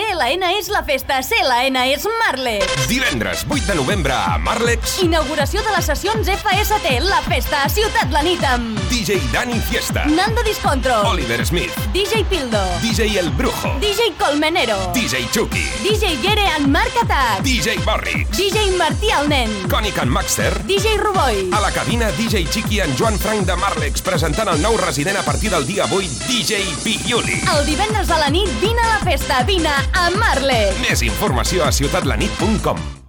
CLN és la festa, CLN és Marlex. Divendres 8 de novembre a Marlex, Inauguració de les sessions FST, la festa a Ciutat Planitam. DJ Dani Fiesta, Nando Discontro, Oliver Smith, DJ Pildo, DJ El Brujo, DJ Colmenero, DJ Chucky, DJ Gere en Marc Atac, DJ Barry, DJ Martí el Nen, Cònic en Maxter, DJ Ruboi, a la cabina DJ Chiqui en Joan Frank de Marlex presentant el nou resident a partir del dia 8 DJ Piuli. el divendres a la nit vine a la festa, vine a Marlex. Més informació a ciutatlanit.com